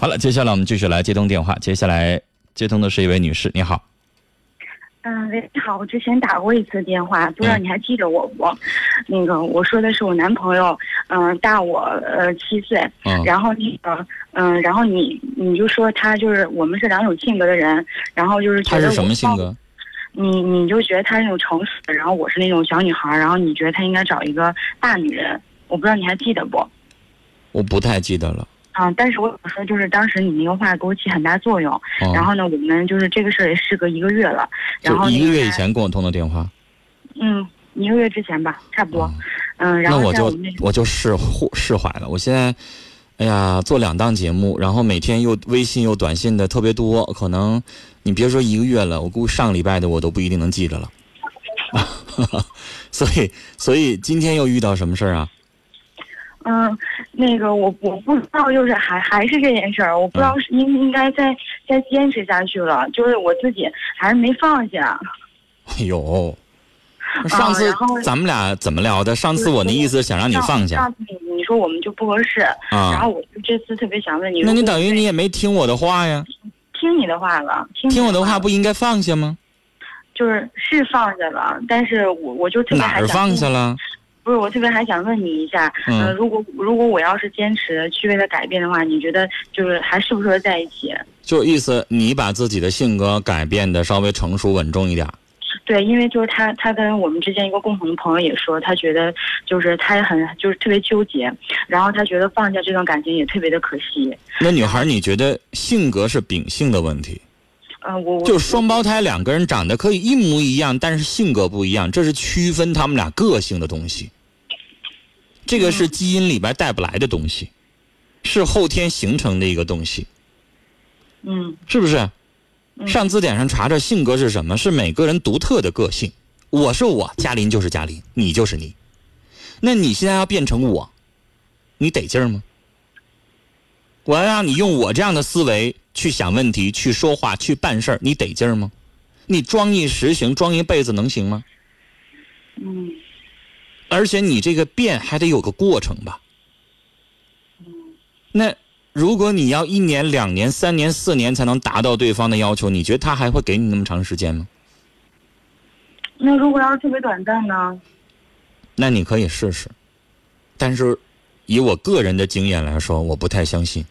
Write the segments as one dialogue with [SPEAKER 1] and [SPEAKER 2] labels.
[SPEAKER 1] 好了，接下来我们继续来接通电话，接下来接通的是一位女士，你好，
[SPEAKER 2] 嗯，喂，你好，我之前打过一次电话，不知
[SPEAKER 1] 嗯
[SPEAKER 2] 道你还记得我不？那个我说的是我男朋友，嗯、大我呃七岁，
[SPEAKER 1] 嗯
[SPEAKER 2] 然后那个嗯、然后你你就说他就是我们是两种性格的人，然后就是觉
[SPEAKER 1] 她
[SPEAKER 2] 得
[SPEAKER 1] 是
[SPEAKER 2] 我
[SPEAKER 1] 什么性格？
[SPEAKER 2] 你你就觉得他是那种成熟的，然后我是那种小女孩儿，然后你觉得他应该找一个大女人，我不知道你还记得不？
[SPEAKER 1] 我不太记得了。
[SPEAKER 2] 啊、但是我想说，就是当时你那个话给我起很大作用。
[SPEAKER 1] 哦、
[SPEAKER 2] 然后呢，我们就是这个事儿也事隔一个月了，然后
[SPEAKER 1] 就一个
[SPEAKER 2] 那
[SPEAKER 1] 月以前跟我通的电话，
[SPEAKER 2] 嗯，一个月之前吧，差不多
[SPEAKER 1] 哦。
[SPEAKER 2] 嗯，然
[SPEAKER 1] 那
[SPEAKER 2] 后
[SPEAKER 1] 我
[SPEAKER 2] 在
[SPEAKER 1] 就
[SPEAKER 2] 们那
[SPEAKER 1] 我就释乎释怀了。我现在，哎呀，做两档节目，然后每天又微信又短信的特别多，可能你别说一个月了，我估上礼拜的我都不一定能记着了。 所以，所以今天又遇到什么事儿啊？
[SPEAKER 2] 嗯，那个我我不知道，就是还还是这件事儿，我不知
[SPEAKER 1] 嗯
[SPEAKER 2] 道是应应该再再坚持下去了，就是我自己还是没放下。
[SPEAKER 1] 哎呦，那上次
[SPEAKER 2] 啊然后
[SPEAKER 1] 咱们俩怎么聊的？上次我那意思是想让你放下
[SPEAKER 2] 上次你说我们就不合适，然
[SPEAKER 1] 啊
[SPEAKER 2] 后，我就这次特别想问你，
[SPEAKER 1] 那
[SPEAKER 2] 如
[SPEAKER 1] 你
[SPEAKER 2] 果
[SPEAKER 1] 等于你也没听我的话呀？
[SPEAKER 2] 听你的话了，听
[SPEAKER 1] 听
[SPEAKER 2] 你
[SPEAKER 1] 我的话
[SPEAKER 2] 话
[SPEAKER 1] 不应该放下吗？
[SPEAKER 2] 就是是放下了，但是我我就特别
[SPEAKER 1] 哪
[SPEAKER 2] 还
[SPEAKER 1] 儿
[SPEAKER 2] 想
[SPEAKER 1] 放
[SPEAKER 2] 问
[SPEAKER 1] 下了？
[SPEAKER 2] 不是，我特别还想问你一下，呃
[SPEAKER 1] 嗯，
[SPEAKER 2] 如果如果我要是坚持去为他改变的话，你觉得就是还适不适合在一起？
[SPEAKER 1] 就意思你把自己的性格改变的稍微成熟稳重一点儿。
[SPEAKER 2] 对，因为就是他，他跟我们之间一个共同的朋友也说，他觉得就是他也很就是特别纠结，然后他觉得放下这段感情也特别的可惜。
[SPEAKER 1] 那女孩儿，你觉得性格是秉性的问题？
[SPEAKER 2] 嗯、我我
[SPEAKER 1] 就双胞胎两个人长得可以一模一样，但是性格不一样，这是区分他们俩个性的东西。这个
[SPEAKER 2] 嗯
[SPEAKER 1] 是基因里边带不来的东西，是后天形成的一个东西，
[SPEAKER 2] 嗯
[SPEAKER 1] 是不是？
[SPEAKER 2] 嗯
[SPEAKER 1] 上字典上查查性格是什么，是每个人独特的个性。我是我，嘉林就是嘉林，你就是你。那你现在要变成我，你得劲儿吗？我要让你用我这样的思维去想问题、去说话、去办事儿，你得劲儿吗？你装一时行，装一辈子能行吗？
[SPEAKER 2] 嗯
[SPEAKER 1] 而且你这个变还得有个过程吧？那如果你要一年、两年、三年、四年才能达到对方的要求，你觉得他还会给你那么长时间吗？
[SPEAKER 2] 那如果要是特别短暂呢？
[SPEAKER 1] 那你可以试试，但是以我个人的经验来说，我不太相信。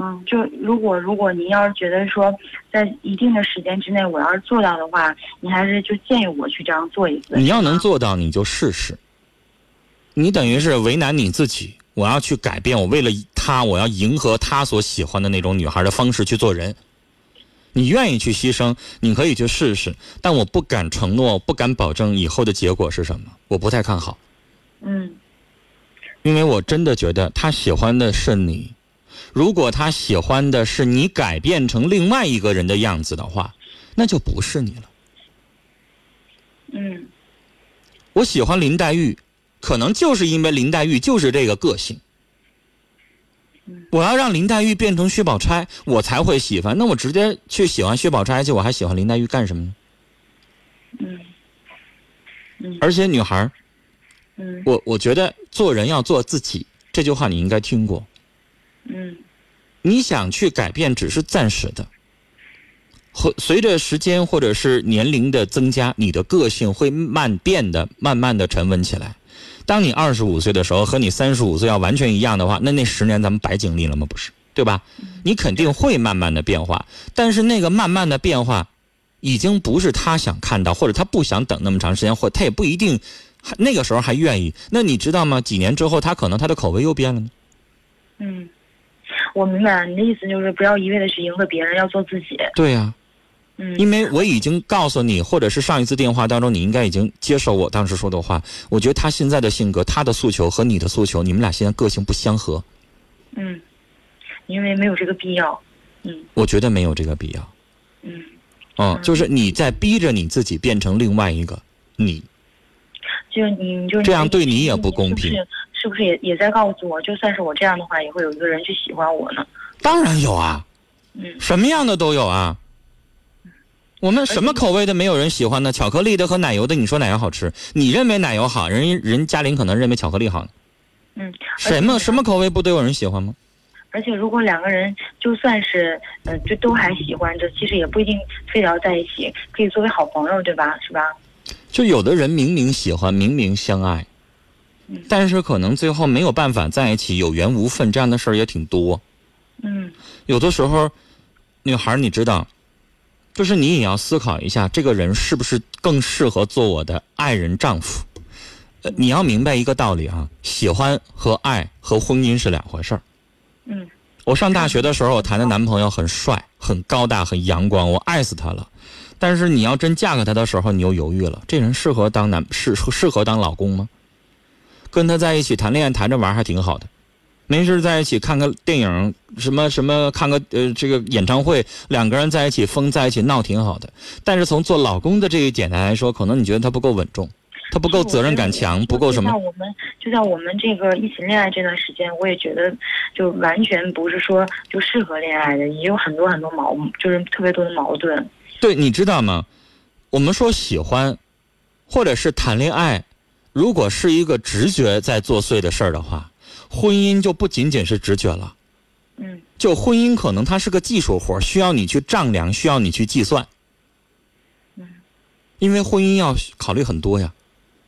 [SPEAKER 2] 嗯，就如果如果您要是觉得说在一定的时间之内我要是做到的话，你还是就建议我去这样做一次。
[SPEAKER 1] 你要能做到，你就试试。你等于是为难你自己。我要去改变，我为了他，我要迎合他所喜欢的那种女孩的方式去做人。你愿意去牺牲，你可以去试试，但我不敢承诺，不敢保证以后的结果是什么，我不太看好。
[SPEAKER 2] 嗯
[SPEAKER 1] 因为我真的觉得他喜欢的是你。如果他喜欢的是你改变成另外一个人的样子的话，那就不是你了。
[SPEAKER 2] 嗯
[SPEAKER 1] 我喜欢林黛玉，可能就是因为林黛玉就是这个个性
[SPEAKER 2] 嗯。
[SPEAKER 1] 我要让林黛玉变成薛宝钗，我才会喜欢。那我直接去喜欢薛宝钗去，我还喜欢林黛玉干什么呢？
[SPEAKER 2] 嗯嗯
[SPEAKER 1] 而且女孩儿，
[SPEAKER 2] 嗯
[SPEAKER 1] 我我觉得做人要做自己，这句话你应该听过。
[SPEAKER 2] 嗯
[SPEAKER 1] 你想去改变只是暂时的，和随着时间或者是年龄的增加，你的个性会慢变的，慢慢的沉稳起来。当你二十五岁的时候和你三十五岁要完全一样的话，那那十年咱们白经历了吗？不是，对吧？你肯定会慢慢的变化，但是那个慢慢的变化，已经不是他想看到，或者他不想等那么长时间，或者他也不一定还那个时候还愿意。那你知道吗？几年之后，他可能他的口味又变了呢。
[SPEAKER 2] 嗯，我明白了你的意思，就是不要一味的去迎合别人，要做自己。
[SPEAKER 1] 对呀、
[SPEAKER 2] 嗯
[SPEAKER 1] 因为我已经告诉你，或者是上一次电话当中，你应该已经接受我当时说的话。我觉得他现在的性格、他的诉求和你的诉求，你们俩现在个性不相合，
[SPEAKER 2] 嗯，因为没有这个必要。嗯
[SPEAKER 1] 我觉得没有这个必要。
[SPEAKER 2] 嗯，
[SPEAKER 1] 嗯，就是你在逼着你自己变成另外一个你。
[SPEAKER 2] 就是你就是
[SPEAKER 1] 这样对你也不公平
[SPEAKER 2] 是不是是不是也也在告诉我，就算是我这样的话，也会有一个人去喜欢我呢？
[SPEAKER 1] 当然有啊，
[SPEAKER 2] 嗯
[SPEAKER 1] 什么样的都有啊。我们什么口味的没有人喜欢呢？巧克力的和奶油的，你说哪个好吃？你认为奶油好，人人家林可能认为巧克力好呢。
[SPEAKER 2] 嗯，而且
[SPEAKER 1] 什么什么口味不都有人喜欢吗？
[SPEAKER 2] 而而且如果两个人就算是嗯、呃就都还喜欢着，其实也不一定非得要在一起，可以作为好朋友，对吧？是吧？
[SPEAKER 1] 就有的人明明喜欢，明明相爱
[SPEAKER 2] 嗯，
[SPEAKER 1] 但是可能最后没有办法在一起，有缘无分，这样的事儿也挺多。
[SPEAKER 2] 嗯
[SPEAKER 1] 有的时候，女孩儿你知道，就是你也要思考一下，这个人是不是更适合做我的爱人、丈夫。呃，你要明白一个道理啊，喜欢和爱和婚姻是两回事儿。
[SPEAKER 2] 嗯
[SPEAKER 1] 我上大学的时候，我谈的男朋友很帅、很高大、很阳光，我爱死他了。但是你要真嫁给他的时候，你又犹豫了，这人适合当男适适合当老公吗？跟他在一起谈恋爱谈着玩儿还挺好的，没事儿在一起看个电影，什么什么看个呃这个演唱会，两个人在一起疯在一起闹挺好的。但是从做老公的这一点来说，可能你觉得他不够稳重，他不够责任感强，不够什么
[SPEAKER 2] 就像我们就像我们这个一起恋爱这段时间，我也觉得就完全不是说就适合恋爱的，也有很多很多矛，就是特别多的矛盾。
[SPEAKER 1] 对，你知道吗？我们说喜欢，或者是谈恋爱，如果是一个直觉在作祟的事儿的话，婚姻就不仅仅是直觉了。
[SPEAKER 2] 嗯
[SPEAKER 1] 就婚姻可能它是个技术活儿，需要你去丈量，需要你去计算。
[SPEAKER 2] 嗯
[SPEAKER 1] 因为婚姻要考虑很多呀。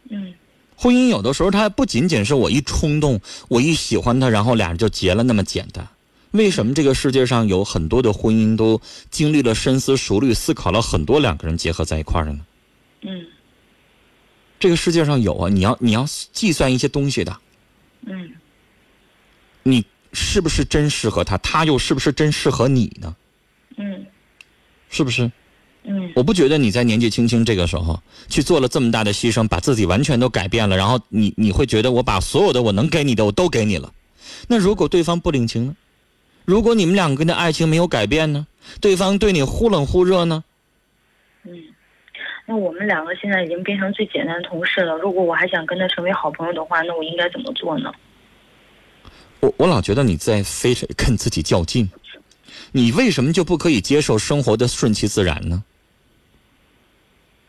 [SPEAKER 2] 嗯
[SPEAKER 1] 婚姻有的时候它不仅仅是我一冲动，我一喜欢他，然后俩人就结了那么简单。为什么这个世界上有很多的婚姻都经历了深思熟虑，思考了很多，两个人结合在一块儿了呢？
[SPEAKER 2] 嗯
[SPEAKER 1] 这个世界上有啊，你要你要计算一些东西的，
[SPEAKER 2] 嗯
[SPEAKER 1] 你是不是真适合他，他又是不是真适合你呢？
[SPEAKER 2] 嗯
[SPEAKER 1] 是不是？
[SPEAKER 2] 嗯
[SPEAKER 1] 我不觉得你在年纪轻轻这个时候去做了这么大的牺牲，把自己完全都改变了，然后你你会觉得我把所有的我能给你的我都给你了，那如果对方不领情呢？如果你们两个的爱情没有改变呢？对方对你忽冷忽热呢？
[SPEAKER 2] 嗯。那我们两个现在已经变成最简单的同事了。如果我还想跟他成为好朋友的话，那我应该怎么做呢？
[SPEAKER 1] 我我老觉得你在非得跟自己较劲，你为什么就不可以接受生活的顺其自然呢？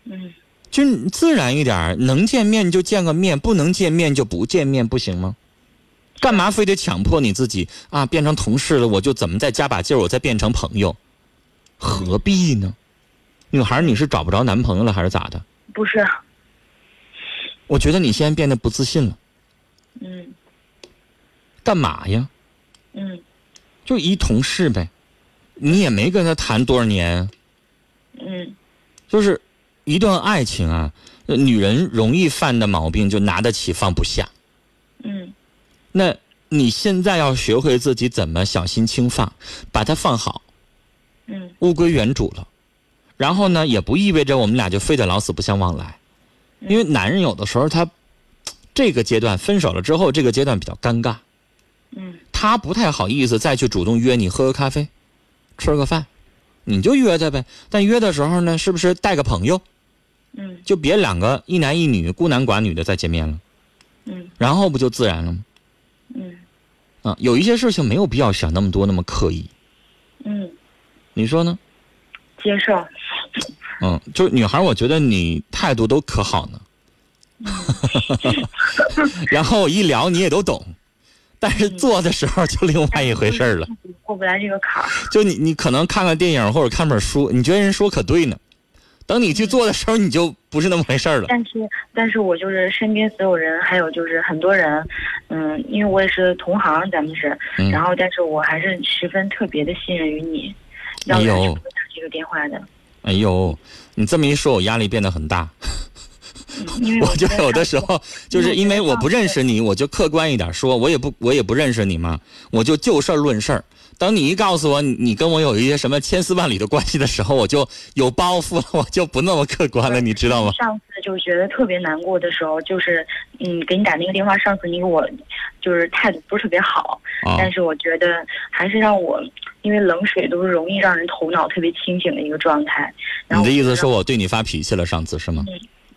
[SPEAKER 2] 嗯
[SPEAKER 1] 就你自然一点儿，能见面就见个面，不能见面就不见面，不行吗？干嘛非得强迫你自己啊？变成同事了，我就怎么再加把劲儿，我再变成朋友，何必呢？女孩儿，你是找不着男朋友了还是咋的？
[SPEAKER 2] 不是，
[SPEAKER 1] 我觉得你现在变得不自信了，
[SPEAKER 2] 嗯
[SPEAKER 1] 干嘛呀？
[SPEAKER 2] 嗯
[SPEAKER 1] 就一同事呗，你也没跟他谈多少年，
[SPEAKER 2] 嗯
[SPEAKER 1] 就是一段爱情啊，呃女人容易犯的毛病就拿得起放不下。
[SPEAKER 2] 嗯
[SPEAKER 1] 那你现在要学会自己怎么小心轻放，把它放好，
[SPEAKER 2] 嗯
[SPEAKER 1] 物归原主了。然后呢，也不意味着我们俩就非得老死不相往来，因为男人有的时候他这个阶段分手了之后，这个阶段比较尴尬，
[SPEAKER 2] 嗯
[SPEAKER 1] 他不太好意思再去主动约你喝个咖啡，吃个饭，你就约他呗。但约的时候呢，是不是带个朋友，
[SPEAKER 2] 嗯
[SPEAKER 1] 就别两个一男一女孤男寡女的再见面了，
[SPEAKER 2] 嗯
[SPEAKER 1] 然后不就自然了吗？
[SPEAKER 2] 嗯
[SPEAKER 1] 啊，有一些事情没有必要想那么多，那么刻意，
[SPEAKER 2] 嗯，
[SPEAKER 1] 你说呢？
[SPEAKER 2] 接受。
[SPEAKER 1] 嗯，就是女孩儿，我觉得你态度都可好呢。然后一聊你也都懂，但是做的时候就另外一回事儿了。
[SPEAKER 2] 过不来这个坎儿。
[SPEAKER 1] 就你你可能看看电影或者看本书，你觉得人说可对呢，等你去做的时候你就不是那么回事儿了。
[SPEAKER 2] 但是，但是我就是身边所有人，还有就是很多人，嗯，因为我也是同行，咱们是，
[SPEAKER 1] 嗯
[SPEAKER 2] 然后，但是我还是十分特别的信任于你，要
[SPEAKER 1] 哎
[SPEAKER 2] 不
[SPEAKER 1] 呦
[SPEAKER 2] 然是不会打这个电话的，
[SPEAKER 1] 哎呦，你这么一说，我压力变得很大。
[SPEAKER 2] 嗯因为
[SPEAKER 1] 我就
[SPEAKER 2] 觉得
[SPEAKER 1] 有的
[SPEAKER 2] 他
[SPEAKER 1] 时 候就是因为我不认识你，我就客观一点说，我也不我也不认识你嘛，我就就事儿论事儿。等你一告诉我你你跟我有一些什么千丝万缕的关系的时候，我就有包袱了，我就不那么客观了，你知道吗？
[SPEAKER 2] 上次就觉得特别难过的时候，就是嗯，给你打那个电话，上次你给我就是态度不是特别好，
[SPEAKER 1] 啊，
[SPEAKER 2] 但是我觉得还是让我，因为冷水都是容易让人头脑特别清醒的一个状态。然
[SPEAKER 1] 你
[SPEAKER 2] 后嗯
[SPEAKER 1] 的
[SPEAKER 2] 我
[SPEAKER 1] 意思
[SPEAKER 2] 觉得
[SPEAKER 1] 说我对你发脾气了，上次是吗？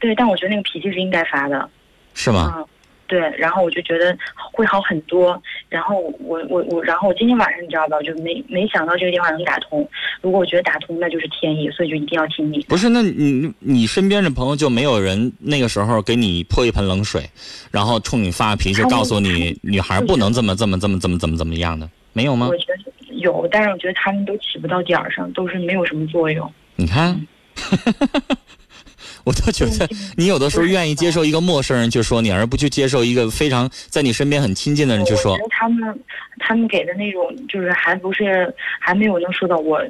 [SPEAKER 2] 对，但我觉得那个脾气是应该发的。
[SPEAKER 1] 是吗？
[SPEAKER 2] 嗯，对，然后我就觉得会好很多。然后我我我，然后我今天晚上你知道吧，我就没没想到这个电话能打通。如果我觉得打通，那就是天意，所以就一定要听你。
[SPEAKER 1] 不是，那你你身边的朋友就没有人那个时候给你泼一盆冷水，然后冲你发脾气，
[SPEAKER 2] 他们
[SPEAKER 1] 告诉你女孩不能这么这么这么这么怎么怎么样的？没有吗
[SPEAKER 2] 我？觉得有，但是我觉得他们都起不到点儿上，都是没有什么作用。
[SPEAKER 1] 你看， 我都觉得 你有的时候愿意接受一个陌生人去说你，而不去接受一个非常在你身边很亲近的人去
[SPEAKER 2] 我
[SPEAKER 1] 说
[SPEAKER 2] 觉。得他们他们给的那种就是还不是还没有能说到我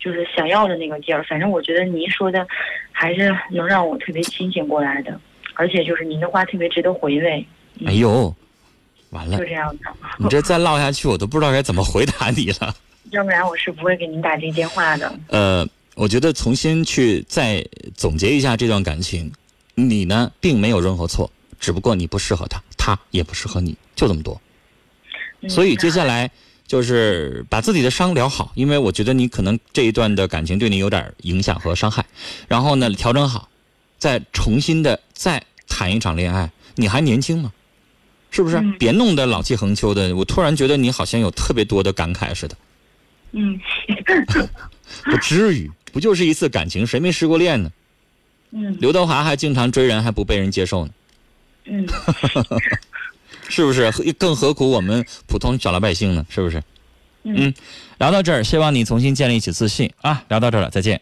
[SPEAKER 2] 就是想要的那个劲儿。反正我觉得您说的还是能让我特别清醒过来的，而且就是您的话特别值得回味，
[SPEAKER 1] 哎呦，完了
[SPEAKER 2] 就，这样的。
[SPEAKER 1] 你这再唠下去，我都不知道该怎么回答你了。
[SPEAKER 2] 要不然我是不会给您打这电话的。
[SPEAKER 1] 呃，我觉得重新去再总结一下这段感情，你呢并没有任何错，只不过你不适合他，他也不适合你，就这么多。
[SPEAKER 2] 嗯
[SPEAKER 1] 所以接下来就是把自己的伤疗好，因为我觉得你可能这一段的感情对你有点影响和伤害，然后呢调整好，再重新的再谈一场恋爱。你还年轻嘛，是不是？
[SPEAKER 2] 嗯
[SPEAKER 1] 别弄得老气横秋的。我突然觉得你好像有特别多的感慨 似的，
[SPEAKER 2] 嗯
[SPEAKER 1] 不至于，不就是一次感情，谁没失过恋呢？
[SPEAKER 2] 嗯
[SPEAKER 1] 刘德华还经常追人，还不被人接受呢，
[SPEAKER 2] 嗯，
[SPEAKER 1] 是不是？更何苦我们普通小老百姓呢？是不是？
[SPEAKER 2] 嗯
[SPEAKER 1] 聊到这儿，希望你重新建立起自信啊！聊到这儿了，再见。